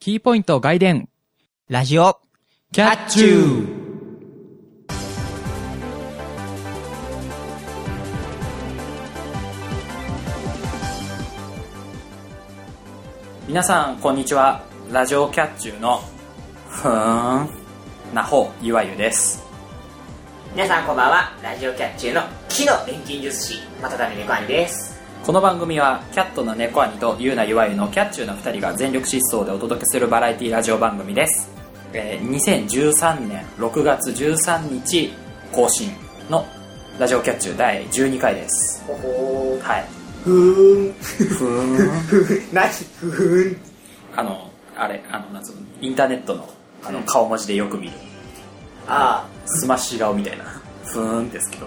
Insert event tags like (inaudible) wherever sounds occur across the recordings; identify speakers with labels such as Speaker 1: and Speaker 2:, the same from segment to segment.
Speaker 1: キーポイント外伝。
Speaker 2: ラジオ、
Speaker 1: キ
Speaker 2: ャッチュ
Speaker 1: ー
Speaker 3: 皆さんこんにちはラジオキャッチューのふーんなほうゆわゆです
Speaker 2: 皆さんこんばんは。ラジオキャッチューの木の錬金術師、またため猫兄です。
Speaker 3: この番組はキャットな猫兄とゆうなゆわゆのキャッチューの2人が全力疾走でお届けするバラエティラジオ番組です、えー2013年6月13日更新のラジオキャッチュー第12回です
Speaker 2: ほほー。
Speaker 3: はい
Speaker 2: ふーん。
Speaker 3: ふーん
Speaker 2: ふーん。なにふーん。
Speaker 3: あのあれあのなんつうのインターネットのあの顔文字でよく見る
Speaker 2: あ
Speaker 3: スマッシュ顔みたいな、ふーんですけど。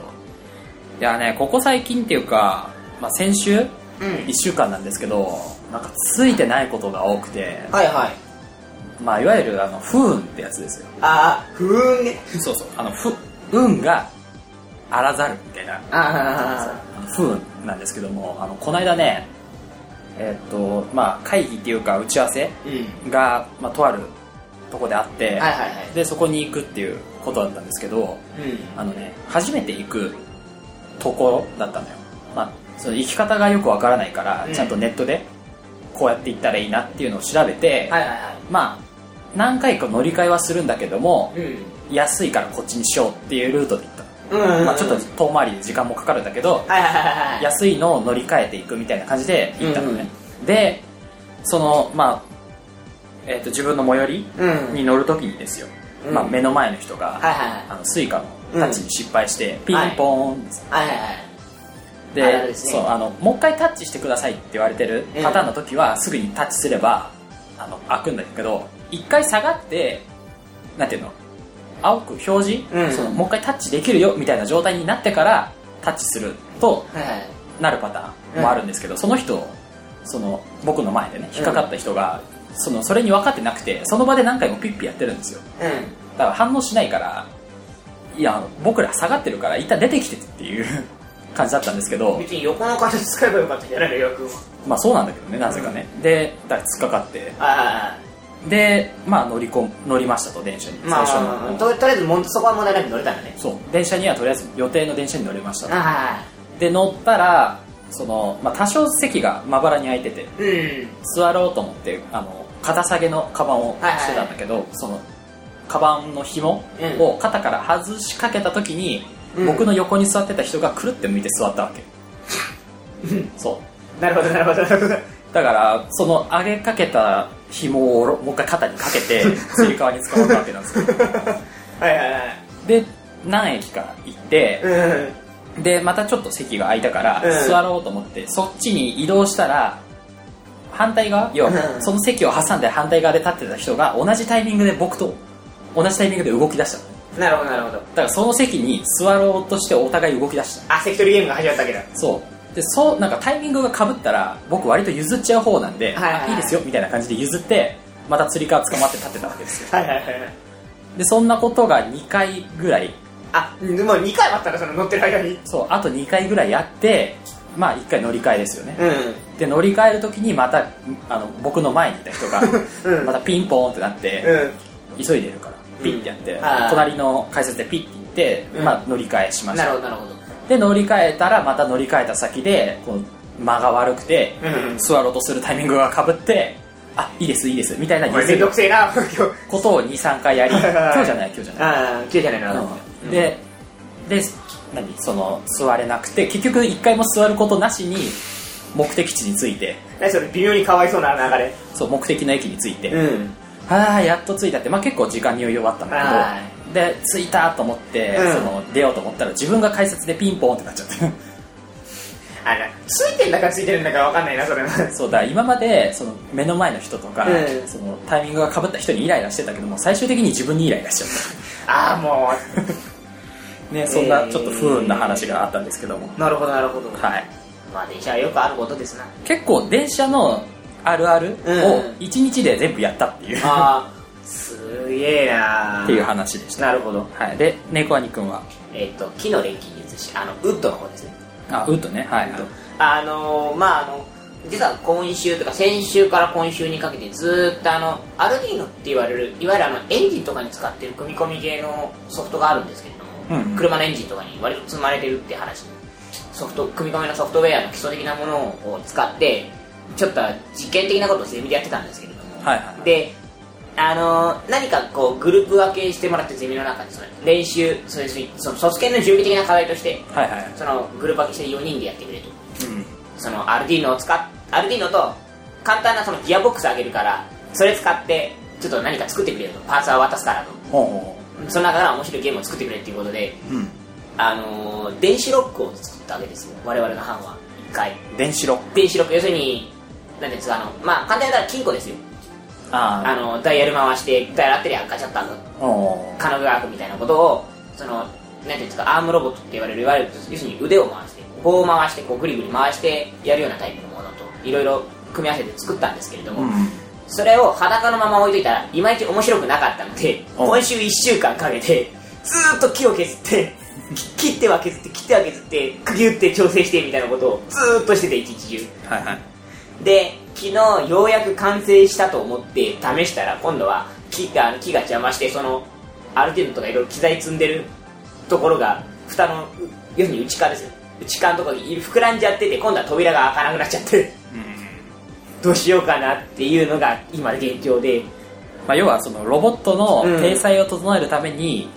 Speaker 3: いやね、ここ最近っていうか、まあ、先週、
Speaker 2: あ。うん
Speaker 3: 1。週間なんですけど、なんかついてないことが多くて、
Speaker 2: はいはい。
Speaker 3: まあ、いわゆるあの、不運ってやつですよ。
Speaker 2: あー、ふーんね。
Speaker 3: そうそう、あの、不、運があらざるみたいな、
Speaker 2: あ
Speaker 3: あの不運なんですけども、あの、この間ね、えっと、まあ、会議っていうか打ち合わせ
Speaker 2: ー。うん。
Speaker 3: が、まあ、とあるとこであって、
Speaker 2: はいはいはい。
Speaker 3: で、そこに行くっていうことだったんですけど、
Speaker 2: うん。
Speaker 3: あのね、初めて行くところだったのよ。まあ、その行き方がよくわからないから、
Speaker 2: うん
Speaker 3: ちゃんとネットでこうやって行ったらいいなっていうのを調べて、
Speaker 2: はいはいは
Speaker 3: まあ、何回か乗り換えはするんだけども、
Speaker 2: い。うん。
Speaker 3: 安いからこっちにしようっていうルートで行ったの。
Speaker 2: うん。
Speaker 3: まあ、ちょっと
Speaker 2: はい
Speaker 3: 遠回りで時間もかかるんだけど、
Speaker 2: はいはいはい。
Speaker 3: 安いのを乗り換えていくみたいな感じで行ったのね。で、その、まあ、えっ、と、自分の最寄り
Speaker 2: うん。はい
Speaker 3: に乗るときにですよ、
Speaker 2: うん
Speaker 3: まあ、目の前の人が、
Speaker 2: はいはい。
Speaker 3: あのスイカのタッチに失敗して、ピンポーンです、
Speaker 2: はいはいはい。
Speaker 3: で
Speaker 2: あれですね
Speaker 3: そうあのもう一回タッチしてくださいって言われてる
Speaker 2: うん
Speaker 3: パターンの時は、すぐにタッチすればあの開くんだけど一回下がってなんていうの青く表示、
Speaker 2: うん
Speaker 3: そのもう一回タッチできるよみたいな状態になってからタッチすると
Speaker 2: はいはい。
Speaker 3: なるパターンもあるんですけど、その人その僕の前でね引っかかった人が、そのそれに分かってなくてその場で何回もピッピやってるんですよ
Speaker 2: う
Speaker 3: だから反応しないから、いや、僕ら下がってるから、一旦出てきてっていう (laughs) 感じだったんですけ
Speaker 2: ん。
Speaker 3: ど、
Speaker 2: 別に横の形使えばよかったじゃないの、よく。
Speaker 3: まあそうなんだけどね、なぜかね。で、だから突っかかって、
Speaker 2: はいはいはい。
Speaker 3: で、まあ乗りこん乗りましたと、電車に。最
Speaker 2: まあ
Speaker 3: 初
Speaker 2: まあまあ、
Speaker 3: の。
Speaker 2: ととりあえずもんそこは問題なく乗れたんだね。
Speaker 3: そう、電車にはとりあえず予定の電車に乗れましたと。
Speaker 2: あ
Speaker 3: で、乗ったら、その、まあ多少席がまばらに空いてて、
Speaker 2: あ、うん。
Speaker 3: 座ろうと思って、あの、肩下げのカバンをしてたんだけど、その、カバンの紐を肩から外しかけた時に、
Speaker 2: うん
Speaker 3: 僕の横に座ってた人がくるって向いて座ったわけ。そう。
Speaker 2: なるほど、なるほど、なるほど。
Speaker 3: だから、その上げかけた紐をもう一回肩にかけ
Speaker 2: (laughs)
Speaker 3: て、つり革に使ったわけなんですけど。
Speaker 2: はいはいはい。
Speaker 3: で、何駅か行って、
Speaker 2: うん。
Speaker 3: でまたちょっと席が空いたから、
Speaker 2: うん
Speaker 3: 座ろうと思ってそっちに移動したら反対側要は
Speaker 2: うん
Speaker 3: その席を挟んで反対側で立ってた人が同じタイミングで僕と同じタイミングで動き出したのね
Speaker 2: なるほど、なるほど。
Speaker 3: だからその席に座ろうとしてお互い動き出した
Speaker 2: あ、セクトリーゲームが始まったわけだ。
Speaker 3: そうでそうなんかタイミングがかぶったら僕割と譲っちゃう方なんで、
Speaker 2: はいはいはい
Speaker 3: あいですよみたいな感じで譲ってまたつり革捕まって立ってたわけですよ
Speaker 2: はいはいはいはい。
Speaker 3: でそんなことが2回ぐらい
Speaker 2: あ、うんもう2回もあったら、その乗ってる間に。
Speaker 3: そうあと2回ぐらいやってまあ1回乗り換えですよね、
Speaker 2: う
Speaker 3: で乗り換えるときにまたあの僕の前にいた
Speaker 2: (laughs)
Speaker 3: 人が
Speaker 2: ん
Speaker 3: またピンポーンってなって、
Speaker 2: ん。
Speaker 3: 急いでるからピッてやって、
Speaker 2: うんあー
Speaker 3: 隣の改札でピッて行って、
Speaker 2: うん
Speaker 3: まあ、乗り換えしまし
Speaker 2: なる
Speaker 3: た
Speaker 2: ほど、なるほど。
Speaker 3: で乗り換えたらまた乗り換えた先でこう間が悪くて、
Speaker 2: うん
Speaker 3: 座ろうとするタイミングがかぶってあいいですいいですみたいな
Speaker 2: おい、めんどくせえな、今日。
Speaker 3: ことを23回
Speaker 2: (laughs)
Speaker 3: やり今日じゃない今日じゃない
Speaker 2: ああ、9じゃないな。うん、
Speaker 3: でで何その座れなくて結局一回も座ることなしに目的地に着いて
Speaker 2: 何それ、微妙にかわいそうな流れ。
Speaker 3: そう目的の駅に着いて、
Speaker 2: うん。
Speaker 3: ああやっと着いたって、まあ、結構時間に余裕はあったん
Speaker 2: は
Speaker 3: だけどで着いたと思って、
Speaker 2: うん
Speaker 3: その出ようと思ったら自分が改札でピンポンってなっちゃって
Speaker 2: あら、ついてんだかついてるんだかわかんないな、それは。
Speaker 3: そうだ今までその目の前の人とか、
Speaker 2: うん
Speaker 3: そのタイミングがかぶった人にイライラしてたけども最終的に自分にイライラしちゃっ
Speaker 2: ああ、も
Speaker 3: たねそんなちょっと不運な話があったんですけども、
Speaker 2: う。なるほど、なるほど。
Speaker 3: はい
Speaker 2: まあ、電車はよくあることですな。
Speaker 3: 結構電車のあるあるを
Speaker 2: うん
Speaker 3: 1日で全部やったっていう、っ
Speaker 2: ああ、すげえな
Speaker 3: ていう話でした、
Speaker 2: なるほど。
Speaker 3: はい、で猫兄くんは
Speaker 2: えっ、と、木の錬金術師、あの、ウッドの方ですね。
Speaker 3: あウッドねはい、
Speaker 2: あのーまああの、実は今週とか先週から今週にかけてずーっとあのアルディーノって言われるいわゆるあのエンジンとかに使ってる組み込み系のソフトがあるんですけれども、
Speaker 3: うんうん
Speaker 2: 車のエンジンとかに割と積まれてるって話ソフト組み込みのソフトウェアの基礎的なものを使ってちょっと実験的なことをゼミでやってたんですけれども、
Speaker 3: はいはいはい
Speaker 2: であのー何かこうグループ分けしてもらってゼミの中でその練習それその卒検の準備的な課題として
Speaker 3: はいはい
Speaker 2: そのグループ分けして4人でやってくれと
Speaker 3: うん
Speaker 2: そのアルディーノを使っアルディーノと簡単なそのギアボックスあげるからそれ使ってちょっと何か作ってくれよとパーツは渡すからと
Speaker 3: ほうほ
Speaker 2: その中から面白いゲームを作ってくれっていうことで
Speaker 3: ううん
Speaker 2: あのー電子ロックを作ったわけですよ我々の班は1回
Speaker 3: 電子ロック
Speaker 2: 電子ロック要するになんていうんですかあのまあ簡単に言ったら金庫ですよあ
Speaker 3: あ
Speaker 2: のダイヤル回してダイヤルあってりゃガチャッと開く
Speaker 3: あおー
Speaker 2: 金具が開くみたいなことをそのなんていうんですかアームロボットって言われるいわゆる要するに腕を回して棒を回してこうグリグリ回してやるようなタイプのものといろいろ組み合わせて作ったんですけれども、
Speaker 3: うん
Speaker 2: それを裸のまま置いといたらいまいち面白くなかったので
Speaker 3: お
Speaker 2: 今週1週間かけてずーっと木を削ってき切っては削って切っては削って釘打って調整してみたいなことをずーっとしてて一日中
Speaker 3: はいはい
Speaker 2: で昨日ようやく完成したと思って試したら今度は木があの木が邪魔してそのある程度とかいろいろ機材積んでるところが蓋のう要するに内側ですよ内側のところに膨らんじゃってて今度は扉が開かなくなっちゃって (laughs)
Speaker 3: うん
Speaker 2: どうしようかなっていうのが今現状で
Speaker 3: まあ要はそのロボットの
Speaker 2: うん
Speaker 3: 体裁を整えるために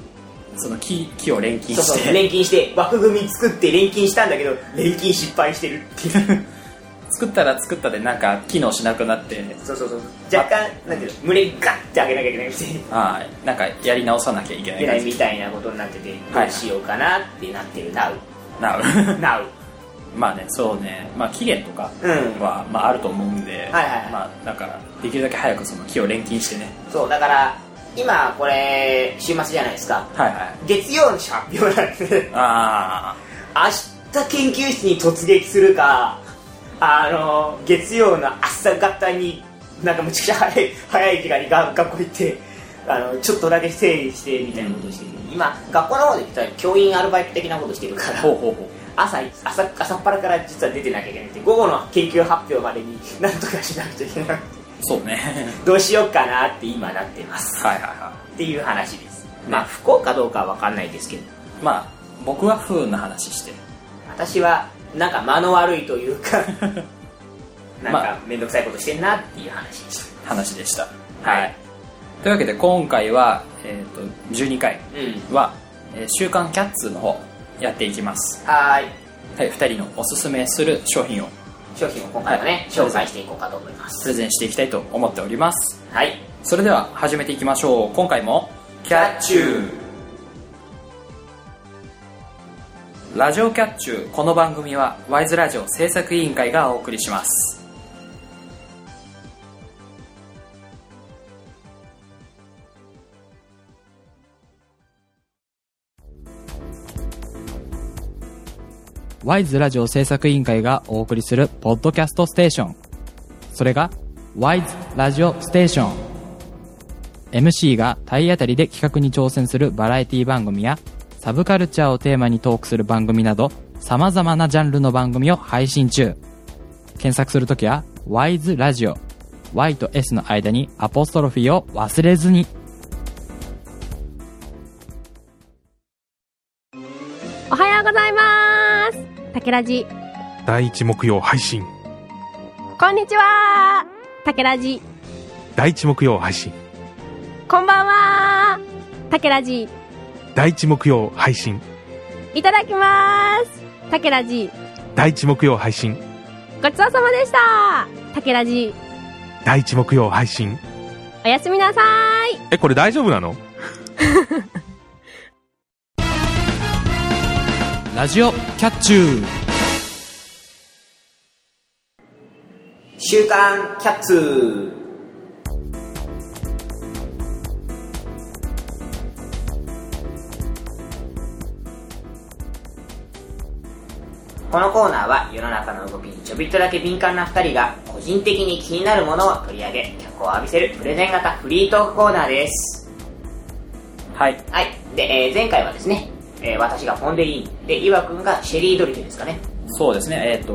Speaker 3: その木木を錬金
Speaker 2: そう
Speaker 3: し
Speaker 2: そう
Speaker 3: て
Speaker 2: 錬金して枠組み作って錬金したんだけど錬金失敗してるっていう
Speaker 3: (laughs) 作ったら作ったでなんか機能しなくなって
Speaker 2: そうそうそうそう若干なんていうの胸ガッて開けなきゃいけないみたいな
Speaker 3: ああなんかやり直さなきゃいけ
Speaker 2: い
Speaker 3: ない
Speaker 2: けな
Speaker 3: 感
Speaker 2: い
Speaker 3: じ
Speaker 2: みたいなことになっててど
Speaker 3: は
Speaker 2: う
Speaker 3: い
Speaker 2: しようかなってなってるなう
Speaker 3: な
Speaker 2: なう
Speaker 3: (laughs) まあねそうねまあ期限とか
Speaker 2: うん
Speaker 3: は、まあ、あると思うんで、
Speaker 2: はいはいはい
Speaker 3: まあだからできるだけ早くその木を錬金してね
Speaker 2: そうだから今これ週末じゃないですか
Speaker 3: はいはい
Speaker 2: 月曜の発表なんで
Speaker 3: あ
Speaker 2: 明日研究室に突撃するかあの月曜の朝方になんかむちゃくちゃ早い早い時間にが学校行ってあのちょっとだけ整理してみたいなことをしてて、今学校の方で実は教員アルバイト的なことしてるか
Speaker 3: あ
Speaker 2: ら
Speaker 3: ほうほうほ
Speaker 2: 朝朝朝っぱらから実は出てなきゃいけなくて午後の研究発表までになんとかしなくちゃいけなくて
Speaker 3: うそうね (laughs)
Speaker 2: どうしようかなって今なってます
Speaker 3: はいはいは
Speaker 2: っていう話です、
Speaker 3: ね
Speaker 2: まあ不幸かどうかは分かんないですけど
Speaker 3: いまあ僕は不運な話して
Speaker 2: 私はなんか間の悪いというか (laughs) なん
Speaker 3: ま
Speaker 2: か面倒くさいことしてんなっていう話でし
Speaker 3: 話でした
Speaker 2: はい
Speaker 3: というわけで今回は、えー、と12回
Speaker 2: たうん
Speaker 3: は、えー週刊キャッツの方やっていきます、
Speaker 2: はーい
Speaker 3: はい、2人のおすすめする商品を
Speaker 2: 商品を今回はね、紹介していこうかと思いま
Speaker 3: プ
Speaker 2: す
Speaker 3: レゼンしていきたいと思っております
Speaker 2: はい
Speaker 3: それでは始めていきましょう今回もキャッチューラジオキャッチューこの番組はワイズラジオ制作委員会がお送りしますワイズラジオ制作委員会がお送りするポッドキャストステーションそれがワイズラジオステーション MC が体当たりで企画に挑戦するバラエティ番組やサブカルチャーをテーマにトークする番組など様々なジャンルの番組を配信中検索するときは WISE ラジオ Y と S の間にアポストロフィーを忘れずに
Speaker 1: おはようございます。たけらじ。
Speaker 4: 第一木曜配信。
Speaker 1: こんにちは。たけらじ。
Speaker 4: 第一木曜配信。
Speaker 1: こんばんは。たけらじ。
Speaker 4: 第一木曜配信。
Speaker 1: いただきます。たけらじ。
Speaker 4: 第一木曜配信。
Speaker 1: ごちそうさまでした。たけらじ。
Speaker 4: 第一木曜配信。
Speaker 1: おやすみなさい。
Speaker 4: え、これ大丈夫なの
Speaker 3: ラジオキャッチュー
Speaker 2: 「週刊キャッツ」このコーナーは世の中の動きにちょびっとだけ敏感な2人が個人的に気になるものを取り上げ脚光を浴びせるプレゼン型フリートークコーナーです
Speaker 3: はい
Speaker 2: はいで、えー前回はですね、えー私がフォンデリーンで岩くんがシェリードリルですかね
Speaker 3: そうですねえっ、と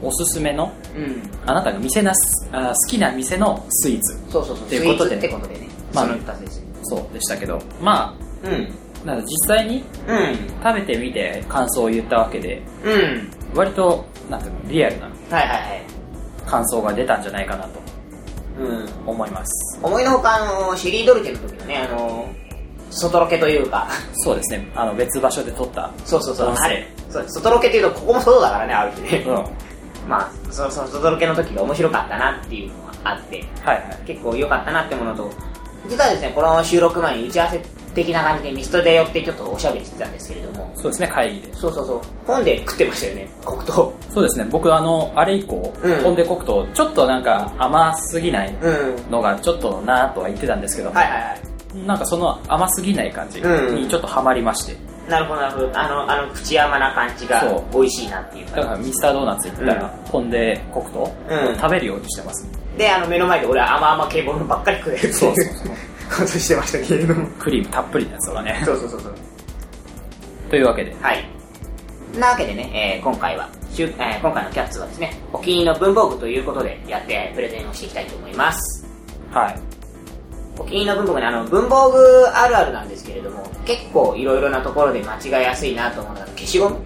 Speaker 3: おすすめの
Speaker 2: うん
Speaker 3: あなたが店なすあ好きな店のスイーツ
Speaker 2: そうそうそう
Speaker 3: ということで
Speaker 2: スイーツってことでね
Speaker 3: まあ
Speaker 2: その達成する
Speaker 3: そうでしたけどま
Speaker 2: うん
Speaker 3: あなんか実際に
Speaker 2: うん
Speaker 3: 食べてみて感想を言ったわけで
Speaker 2: うん
Speaker 3: 割となんていうのリアルな
Speaker 2: はいはいはい
Speaker 3: 感想が出たんじゃないかなと
Speaker 2: うん
Speaker 3: 思います
Speaker 2: 思いのほかあのシリードルテの時のねあの外ロケというか
Speaker 3: そうですねあの別場所で撮った
Speaker 2: (laughs) そうそうそう
Speaker 3: 音声
Speaker 2: あれそう外ロケっていうとここも外だからねある日ね
Speaker 3: うんはい
Speaker 2: まあそその外ロケの時が面白かったなっていうのがあって
Speaker 3: はい
Speaker 2: 結構良かったなってものと実はですねこの収録前に打ち合わせ的な感じでミストで寄ってちょっとおしゃべりしてたんですけれども
Speaker 3: そうですね会議で
Speaker 2: そうそうそう本で食ってましたよね黒糖
Speaker 3: そうですね僕あのあれ以降、
Speaker 2: うん
Speaker 3: 飛んでこくとちょっとなんか甘すぎない
Speaker 2: うん
Speaker 3: のがちょっとなぁとは言ってたんですけど、
Speaker 2: はいはいはい
Speaker 3: なんかその甘すぎない感じ
Speaker 2: うん
Speaker 3: にちょっとハマりまして、
Speaker 2: なるほどなるほどあのあの口甘な感じが
Speaker 3: そう
Speaker 2: 美味しいなっていう
Speaker 3: だ
Speaker 2: か
Speaker 3: からミスタードーナツ行ったら、飛んで黒糖を
Speaker 2: うん
Speaker 3: 食べるようにしてます、
Speaker 2: であの目の前で俺は甘々系ものばっかり食えるっていう
Speaker 3: そうそうそう
Speaker 2: ことしてましたけれども
Speaker 3: クリームたっぷりのやつとかね
Speaker 2: (laughs) そうそうそうそう
Speaker 3: というわけで
Speaker 2: はいなわけでね、えー今回は、しゅえー今回のキャッツはですねお気に入りの文房具ということでやってプレゼンをしていきたいと思います
Speaker 3: はい
Speaker 2: お気に入りの文房具ねあの文房具あるあるなんですけれども結構いろいろなところで間違いやすいなと思うのが消しゴム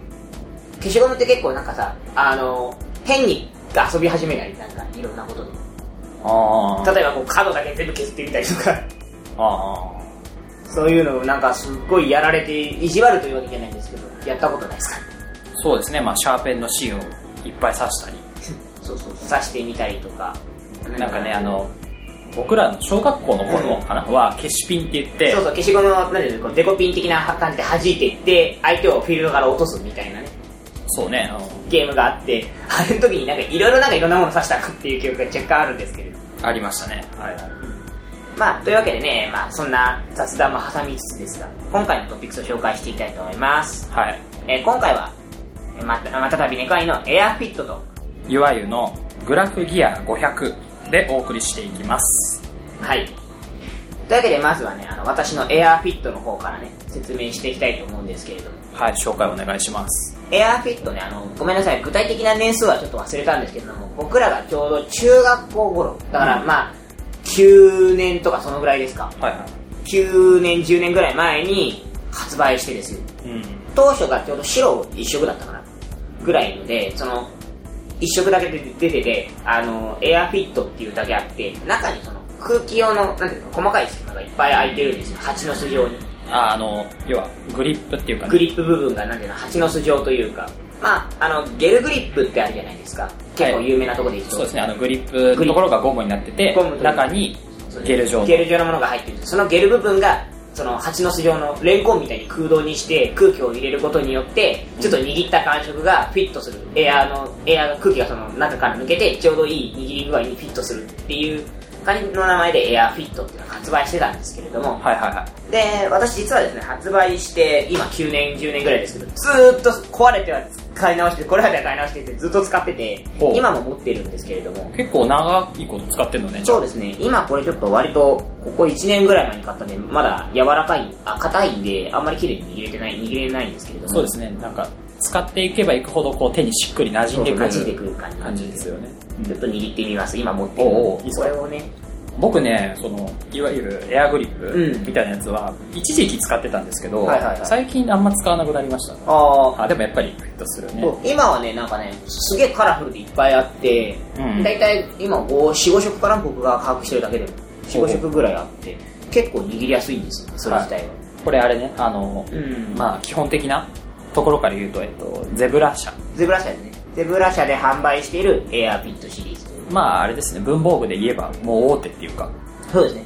Speaker 2: 消しゴムって結構なんかさあの変に遊び始めないなんかいろんなことで
Speaker 3: あー
Speaker 2: 例えばこう角だけ全部削ってみたりとか
Speaker 3: あー
Speaker 2: そういうのをなんかすっごいやられて意地悪というわけじゃないんですけどやったことないですか
Speaker 3: そうですねまあシャーペンの芯をいっぱい刺したり
Speaker 2: そうそう刺してみたりとか
Speaker 3: なんかねあの僕らの小学校の頃かな、は消しピンって言って
Speaker 2: そうそう消しゴムをなんていうのこうデコピン的な感じで弾いていって相手をフィールドから落とすみたいなね
Speaker 3: そうねあの
Speaker 2: ゲームがあってあれの時になんかいろいろなんかいろんなもの刺したっていう記憶が若干あるんですけれど
Speaker 3: ありましたねはい
Speaker 2: まあというわけでねまあそんな雑談も挟みつつですが今回のトピックスを紹介していきたいと思います、
Speaker 3: はい
Speaker 2: えー今回はえーまたまたたびネクアイのエアフィットと
Speaker 3: いわゆのグラフギア500でお送りしていきます
Speaker 2: はい。というわけで、まずはね、あの、私のエアーフィットの方からね、説明していきたいと思うんですけれども、
Speaker 3: はい紹介お願いします
Speaker 2: エアーフィットね、あの、ごめんなさい、具体的な年数はちょっと忘れたんですけども、僕らがちょうど中学校頃、だからまあ、9年とかそのぐらいですか、
Speaker 3: はいは
Speaker 2: 9年、10年ぐらい前に発売してですよ。
Speaker 3: いうん
Speaker 2: 当初がちょうど白一色だったかなぐらいのでその一色だけで出ててあのエアフィットっていうだけあって中にその空気用のなんていうの細かい隙間がいっぱい空いてるんですよ蜂の巣状に
Speaker 3: ああの要はグリップっていうか、
Speaker 2: グリップ部分がなんていうの蜂の巣状というかまああのゲルグリップってあるじゃないですか結構有名なところでいくと、
Speaker 3: そうですねあのグリップのところがゴムになってて
Speaker 2: ゴムというか
Speaker 3: 中にゲル状の
Speaker 2: ゲル状のものが入ってるそのゲル部分がその蜂の巣状のレンコンみたいに空洞にして空気を入れることによってちょっと握った感触がフィットするエアーのエアーの空気がその中から抜けてちょうどいい握り具合にフィットするっていう感じの名前でエアーフィットっていうのを発売してたんですけれど
Speaker 3: は
Speaker 2: も
Speaker 3: いはいは
Speaker 2: で私実はですね発売して今9年10年ぐらいですけどずーっと壊れては買い直してこれまでは買い直してってずっと使ってて
Speaker 3: ほう
Speaker 2: 今も持ってるんですけれども
Speaker 3: い結構長いこと使ってるのね
Speaker 2: そうですね、今これちょっと割と、ここ1年ぐらい前に買ったんで、まだ柔らかい、あ、硬いんで、あんまり綺麗に握れてない、握れないんですけれども。
Speaker 3: そうですねなんか使っていけばいくほどこう手にしっくり馴染んでく
Speaker 2: そうそう馴染んでく
Speaker 3: る
Speaker 2: る感じ。
Speaker 3: 感じですよね、
Speaker 2: ちょっと握ってみます、今持って
Speaker 3: おうおういいっす
Speaker 2: こ
Speaker 3: か
Speaker 2: れをね、
Speaker 3: 僕ねそのいわゆるエアグリッ
Speaker 2: う
Speaker 3: プ
Speaker 2: ん
Speaker 3: みたいなやつは一時期使ってたんですけど、
Speaker 2: はいはいはい
Speaker 3: 最近あんま使わなくなりました
Speaker 2: ああ、
Speaker 3: あでもやっぱりフィットするね
Speaker 2: そう今はね、なんかね、すげえカラフルでいっぱいあって、
Speaker 3: うん
Speaker 2: だいたい今5、4、5色かな、僕が把握してるだけでも。4、5色ぐらいあって、結構握りやすいんですよ、それ自体は。
Speaker 3: これあれねあの、
Speaker 2: うん
Speaker 3: まあ基本的なところから言うと、えっと、ゼブラ社
Speaker 2: ゼブラ社ですね。ゼブラ社で販売しているエアーピットシリーズという
Speaker 3: まああれですね文房具で言えばもう大手っていうか
Speaker 2: そうですね。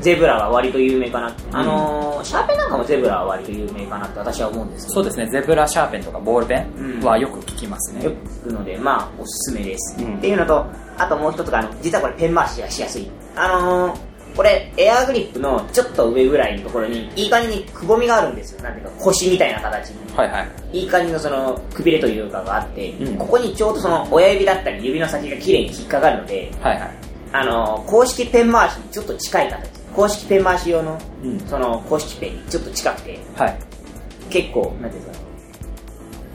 Speaker 2: ゼブラは割と有名かな。あのー、シャーペンなんかもゼブラは割と有名かなって私は思うんですけど。
Speaker 3: そうですねゼブラシャーペンとかボールペ
Speaker 2: うん
Speaker 3: ンはよく聞きますね、
Speaker 2: よく聞くので、まあ、おすすめです。
Speaker 3: うん
Speaker 2: っていうのと、あともう一つが、あの実はこれペン回しがしやすい。あのー、これ、エアーグリップのちょっと上ぐらいのところに、いい感じにくぼみがあるんですよ。なんていうか、腰みたいな形に。
Speaker 3: はいはい
Speaker 2: いい感じのその、くびれというかがあって、
Speaker 3: うん
Speaker 2: ここにちょうどその、親指だったり指の先が綺麗に引っかかるので、
Speaker 3: はいはい
Speaker 2: あの公式ペン回しにちょっと近い形公式ペン回し用の、
Speaker 3: うん
Speaker 2: その公式ペンにちょっと近くて
Speaker 3: はい
Speaker 2: 結構なんていうんですか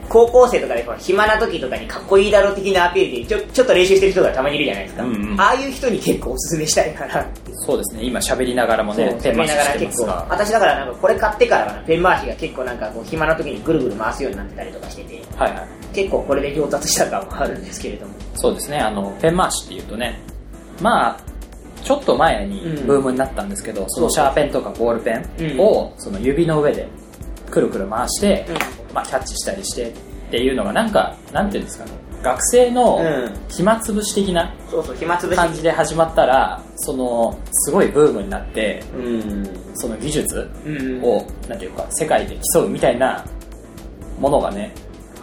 Speaker 2: 高校生とかでこう暇な時とかにかっこいいだろ的なアピールでちょちょっと練習してる人がたまにいるじゃないですか、
Speaker 3: うんうん
Speaker 2: ああいう人に結構おすすめしたいかなって
Speaker 3: そうですね今喋りながらもね
Speaker 2: そう
Speaker 3: ペン回し
Speaker 2: ながら
Speaker 3: してます
Speaker 2: 結構
Speaker 3: が
Speaker 2: 私だからなんかこれ買ってからはペン回しが結構なんかこう暇な時にぐるぐる回すようになってたりとかしてて
Speaker 3: はいはい
Speaker 2: 結構これで上達した感はあるんですけれども
Speaker 3: そうですねあのペン回しっていうとねまあちょっと前に
Speaker 2: うん
Speaker 3: ブームになったんですけど、そのシャーペンとかボールペンを、その指の上でくるくる回して、まあ、キャッチしたりしてっていうのがなんかなんていうんですかね学生の
Speaker 2: うん
Speaker 3: 暇つぶし的な
Speaker 2: そうそう暇つぶし
Speaker 3: 感じで始まったらそのすごいブームになって
Speaker 2: うん
Speaker 3: その技術
Speaker 2: うん
Speaker 3: を、なんていうか世界で競うみたいなものがね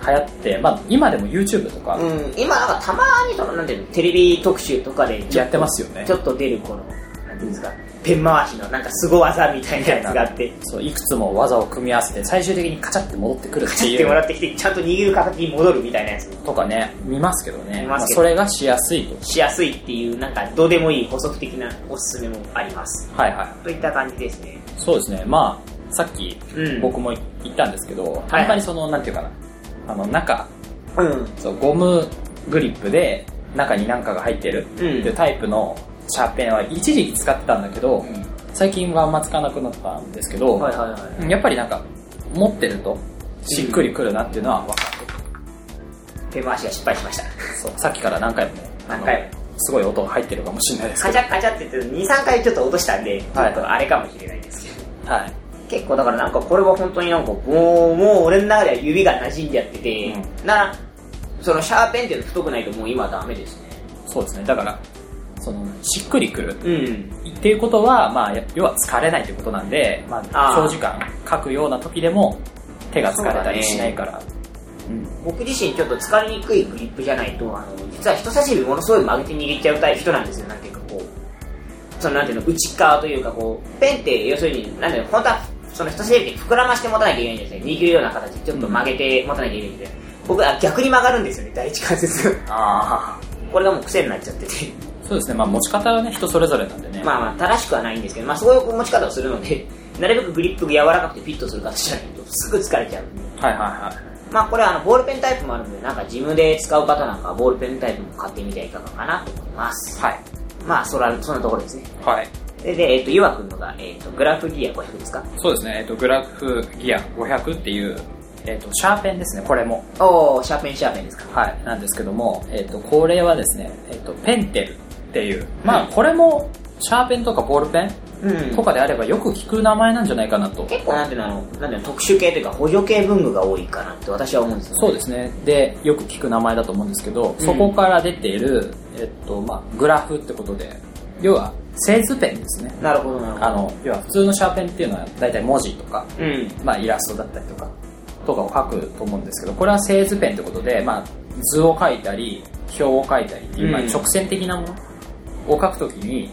Speaker 3: 流行って、まあ、今でも YouTube とか
Speaker 2: うん、今なんかたまにそのなんていうのテレビ特集とかでちょ
Speaker 3: や
Speaker 2: っ
Speaker 3: ってますよね、
Speaker 2: とちょっと出るこのなんていうんですかペン回しのなんかすご技みたいなやつがあって
Speaker 3: そういくつも技を組み合わせて最終的にカチャって戻ってくるって
Speaker 2: 切っ
Speaker 3: い
Speaker 2: てもら
Speaker 3: う
Speaker 2: ってきてちゃんと握る形に戻るみたいなやつ
Speaker 3: とかね見ますけどね
Speaker 2: 見ますけ
Speaker 3: そ
Speaker 2: ど
Speaker 3: れがしやすいと
Speaker 2: しやすいっていうなんかどうでもいい補足的なおすすめもあります
Speaker 3: はいはい
Speaker 2: といった感じですね
Speaker 3: そうですねまあさっき
Speaker 2: うん
Speaker 3: 僕も言ったんですけど、
Speaker 2: いはい
Speaker 3: やっぱりそのなんていうかなあの中
Speaker 2: うん
Speaker 3: そうゴムグリップで中に何かが入ってるっていうタイプのシャーペンは一時期使ってたんだけど、最近はあんま使わなくなったんですけど、
Speaker 2: はいはいはい
Speaker 3: やっぱりなんか持ってるとしっくりくるなっていうのは分かる、
Speaker 2: ペン回しが失敗しました
Speaker 3: そうさっきから何回もねあの
Speaker 2: 何回も
Speaker 3: すごい音が入ってるかもしれないです
Speaker 2: カ
Speaker 3: け
Speaker 2: チャッカチャって言って23回ちょっと落としたんでちょ
Speaker 3: はい
Speaker 2: っとあれかもしれないですけど
Speaker 3: ど、はい
Speaker 2: 結構だからなんかこれは本当になんかもうもう俺の中では指が馴染んじゃってて、
Speaker 3: う
Speaker 2: なそのシャーペンっていうの太くないともう今はダメですね
Speaker 3: そうですねだからそのしっくりくる
Speaker 2: うん
Speaker 3: っていうことは、まあ、や要は疲れないってことなんで、まあ、
Speaker 2: あー
Speaker 3: 長時間書くような時でも手が疲れたりしないからうん
Speaker 2: 僕自身ちょっと疲れにくいグリップじゃないとあの実は人差し指ものすごい曲げて握っちゃうタイプ人なんですよなんていうかこうそのなんていうの内側というかこうペンって要するになんていうの本当はその人差し指って膨らまして持たなきゃいけないんですね握るような形ちょっと曲げて持たなきゃいけないんで、僕は逆に曲がるんですよね第一関節 (laughs)
Speaker 3: ああ
Speaker 2: これがもう癖になっちゃってて
Speaker 3: そうですね、まあ、持ち方はね人それぞれなんでね、
Speaker 2: まあまあ正しくはないんですけど、まあ、そういう持ち方をするので (laughs) なるべくグリップが柔らかくてフィットする形じゃないとすぐ疲れちゃうんで
Speaker 3: はいはいはい
Speaker 2: まあこれあのボールペンタイプもあるのでなんかジムで使う方なんかはボールペンタイプも買ってみてはいかがかなと思います
Speaker 3: はい
Speaker 2: まあそらそんなところですね
Speaker 3: はい
Speaker 2: でで、えっとゆわくんのが、えっとグラフギア500ですか
Speaker 3: そうですね、えっと、グラフギア500っていう、えっと、シャーペンですねこれも
Speaker 2: おおシャーペンシャーペンですか
Speaker 3: はいなんですけども、えっと、これはですね、えっと、ペンテルっていうまあこれもシャーペンとかボールペ
Speaker 2: う
Speaker 3: ンとかであればよく聞く名前なんじゃないかなと
Speaker 2: 結構なんていうのあのなんていうの特殊系というか補助系文具が多いかなって私は思うんですよね
Speaker 3: そうですねでよく聞く名前だと思うんですけどそこから出ている、えっとまあ、グラフってことで要は製図ペンですね
Speaker 2: なるほどなるほど
Speaker 3: あの要は普通のシャーペンっていうのは大体文字とか
Speaker 2: うん
Speaker 3: まあ、イラストだったりとかとかを描くと思うんですけどこれは製図ペンってことで、まあ、図を描いたり表を描いたりっていう、
Speaker 2: うん
Speaker 3: まあ、直線的なものを描くときに、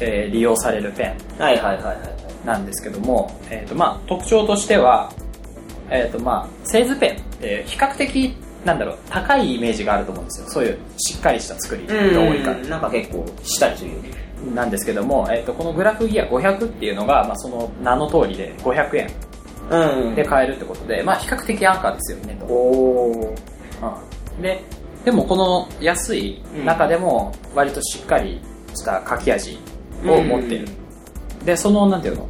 Speaker 3: えー利用されるペ
Speaker 2: はいはいはいはいはい
Speaker 3: ンなんですけども、えーとまあ、特徴としては、えーとまあ、製図ペンって比較的なんだろう高いイメージがあると思うんですよそういうしっかりした作りが多いから
Speaker 2: うんなんか結構したりするよね
Speaker 3: なんですけども、えー、とこのグラフギア500っていうのが、まあ、その名の通りで500円
Speaker 2: うん
Speaker 3: で買えるってことで、まあ比較的安価ですよねと。
Speaker 2: おー
Speaker 3: うんで、でもこの安い中でも割としっかりした書き味を持ってる。で、その、なんていうの、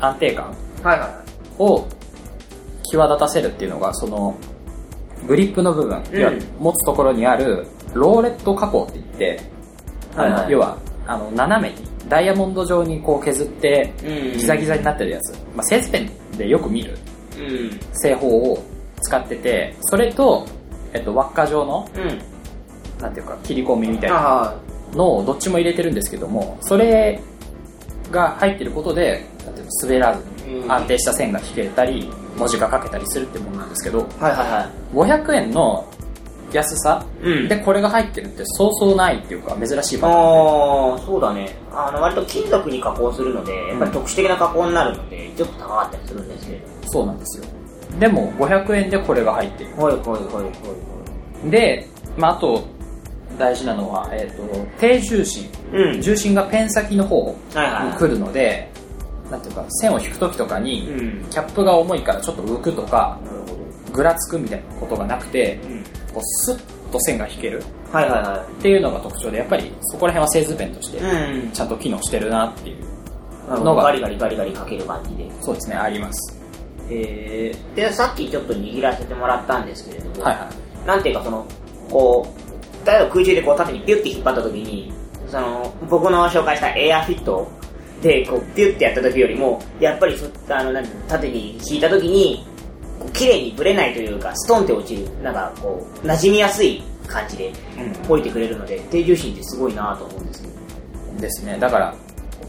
Speaker 3: 安定感
Speaker 2: はいは
Speaker 3: を際立たせるっていうのが、その、グリップの部分、
Speaker 2: うん
Speaker 3: 要は持つところにあるローレット加工って言って、あの
Speaker 2: はいはい
Speaker 3: 要は、あの、斜めに、ダイヤモンド状にこう削って、
Speaker 2: いはいうん
Speaker 3: ギザギザになってるやつ。まあ、製図ペンでよく見る
Speaker 2: うん
Speaker 3: 製法を使っててそれと、えっと、輪っか状の
Speaker 2: うん
Speaker 3: なんていうか切り込みみたいな
Speaker 2: あ
Speaker 3: のをどっちも入れてるんですけどもそれが入ってることでなんていうの滑らずに
Speaker 2: うん
Speaker 3: 安定した線が引けたり文字が書けたりするってものなんですけど
Speaker 2: あはいはいは
Speaker 3: 500円の安さ
Speaker 2: うん
Speaker 3: でこれが入ってるってそうそうないっていうか珍しい
Speaker 2: い
Speaker 3: パターン
Speaker 2: ああそうだねあの割と金属に加工するのでやっ
Speaker 3: うん
Speaker 2: ぱり特殊的な加工になるのでちょっと高かったりするんですけれど
Speaker 3: そうなんですよでも500円でこれが入ってる
Speaker 2: はいはいはいは
Speaker 3: で、まあ、あと大事なのは、えっと低重心
Speaker 2: いはいうん
Speaker 3: 重心がペン先の方
Speaker 2: はいは
Speaker 3: に
Speaker 2: い
Speaker 3: 来るので、なんていうか、線を引くときとかに、
Speaker 2: うん
Speaker 3: キャップが重いからちょっと浮くとか、
Speaker 2: なるほ
Speaker 3: ぐらつくみたいなことがなくて
Speaker 2: うん
Speaker 3: こうスッと線が引ける
Speaker 2: はいはいは
Speaker 3: っていうのが特徴でやっぱりそこら辺は製図ペンとして
Speaker 2: いうん
Speaker 3: ちゃんと機能してるなっていう
Speaker 2: のがガリガリガリガリかける感じで
Speaker 3: そうですねあります
Speaker 2: えーでさっきちょっと握らせてもらったんですけれども、
Speaker 3: はいは
Speaker 2: なんていうかそのこう例えば空中でこう縦にピュッて引っ張った時にその僕の紹介したエアフィットでこうピュッてやった時よりもやっぱりそあのなんていうの縦に引いた時にこう綺麗にブレないというかストンって落ちるなんかこう馴染みやすい感じで
Speaker 3: うん
Speaker 2: 置いてくれるので低重心ってすごいなと思うんですけど
Speaker 3: いですねだから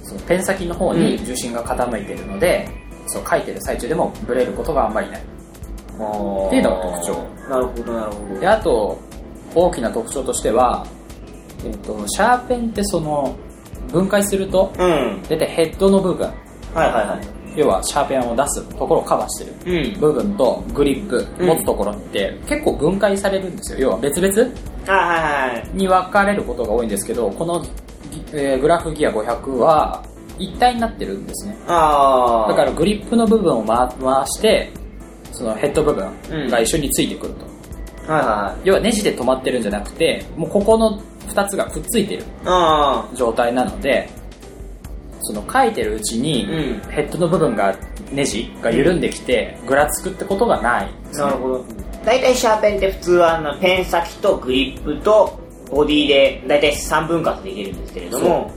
Speaker 3: そのペン先の方に重心が傾いてるので、そう書いてる最中でもブレることがあんまりないっていうのが特徴
Speaker 2: なるほどなるほど
Speaker 3: であと大きな特徴としては、えっとシャーペンってその分解すると
Speaker 2: うん
Speaker 3: 大体ヘッドの部分
Speaker 2: はいはいは
Speaker 3: 要はシャーペンを出すところをカバーしてる
Speaker 2: いうん
Speaker 3: 部分とグリップ
Speaker 2: うん
Speaker 3: 持つところって結構分解されるんですよ要は別々
Speaker 2: あはいはいはい
Speaker 3: に分かれることが多いんですけどこの、えーグラフギア500は一体になってるんですね
Speaker 2: ああ
Speaker 3: だからグリップの部分を回回してそのヘッド部分が一緒についてくると、
Speaker 2: らはいはいはい
Speaker 3: 要はネジで止まってるんじゃなくてもうここの2つがくっついてる
Speaker 2: あ
Speaker 3: 状態なのでその書いてるうちに、
Speaker 2: うん
Speaker 3: ヘッドの部分がネジが緩んできて、ぐらつくってことがない
Speaker 2: あなるほど大体シャーペンって普通はあのペン先とグリップとボディで大体3分割できるんですけれども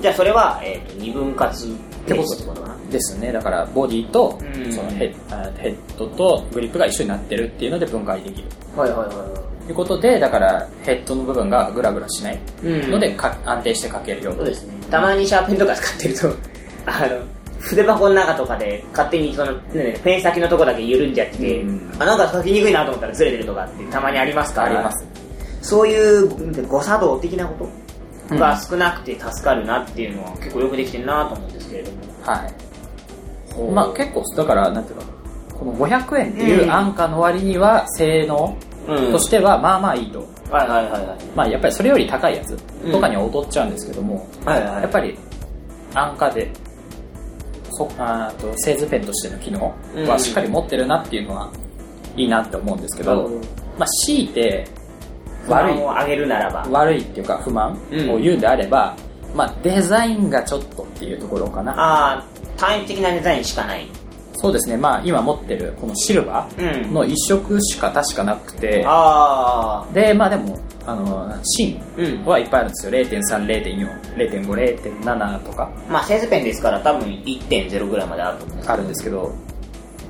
Speaker 2: じゃあそれは、えー、と2分割ってことってことかな
Speaker 3: ですねだからボディと、
Speaker 2: うん
Speaker 3: そのヘッあヘッドとグリップが一緒になってるっていうので分解できる
Speaker 2: はいはいは
Speaker 3: ということでだからヘッドの部分がグラグラしない
Speaker 2: いはい
Speaker 3: ので、か安定して書けるよう
Speaker 2: そう
Speaker 3: に
Speaker 2: ですねたまにシャーペンとか使ってると (laughs) あの筆箱の中とかで勝手にその、ね、ペン先のとこだけ緩んじゃってて、
Speaker 3: うん
Speaker 2: あなんか書きにくいなと思ったらずれてるとかってたまにありますか
Speaker 3: あり
Speaker 2: ら
Speaker 3: ます
Speaker 2: そういう誤作動的なこと
Speaker 3: うん
Speaker 2: が少なくて助かるなっていうのは結構よくできてるなと思うんですけれども
Speaker 3: はい
Speaker 2: ほう
Speaker 3: まあ結構だからなんていうかこの500円っていう
Speaker 2: うん
Speaker 3: 安価の割には性能
Speaker 2: うん
Speaker 3: としてはまあまあいいと、
Speaker 2: はいはいはいはい
Speaker 3: まあやっぱりそれより高いやつとかには劣っちゃうんですけども、
Speaker 2: はいは
Speaker 3: やっぱり安価でそあーと製図ペンとしての機能はしっかり持ってるなっていうのはいいなって思うんですけど、
Speaker 2: うん
Speaker 3: まあ強いて悪
Speaker 2: 悪
Speaker 3: い
Speaker 2: いを上げるならば
Speaker 3: 悪いっていうか不満
Speaker 2: うん
Speaker 3: を言うんであれば、まあデザインがちょっとっていうところかな
Speaker 2: ああ単一的なデザインしかない
Speaker 3: そうですねまあ今持ってるこのシルバー
Speaker 2: うん
Speaker 3: の一色しか確かなくて
Speaker 2: あ
Speaker 3: でまあでもあの芯
Speaker 2: あうん
Speaker 3: はいっぱいあるんですよ0.30.40.50.7とか
Speaker 2: まあ製図ペンですから多分1.0ぐらいまであると思うんです
Speaker 3: あるんですけど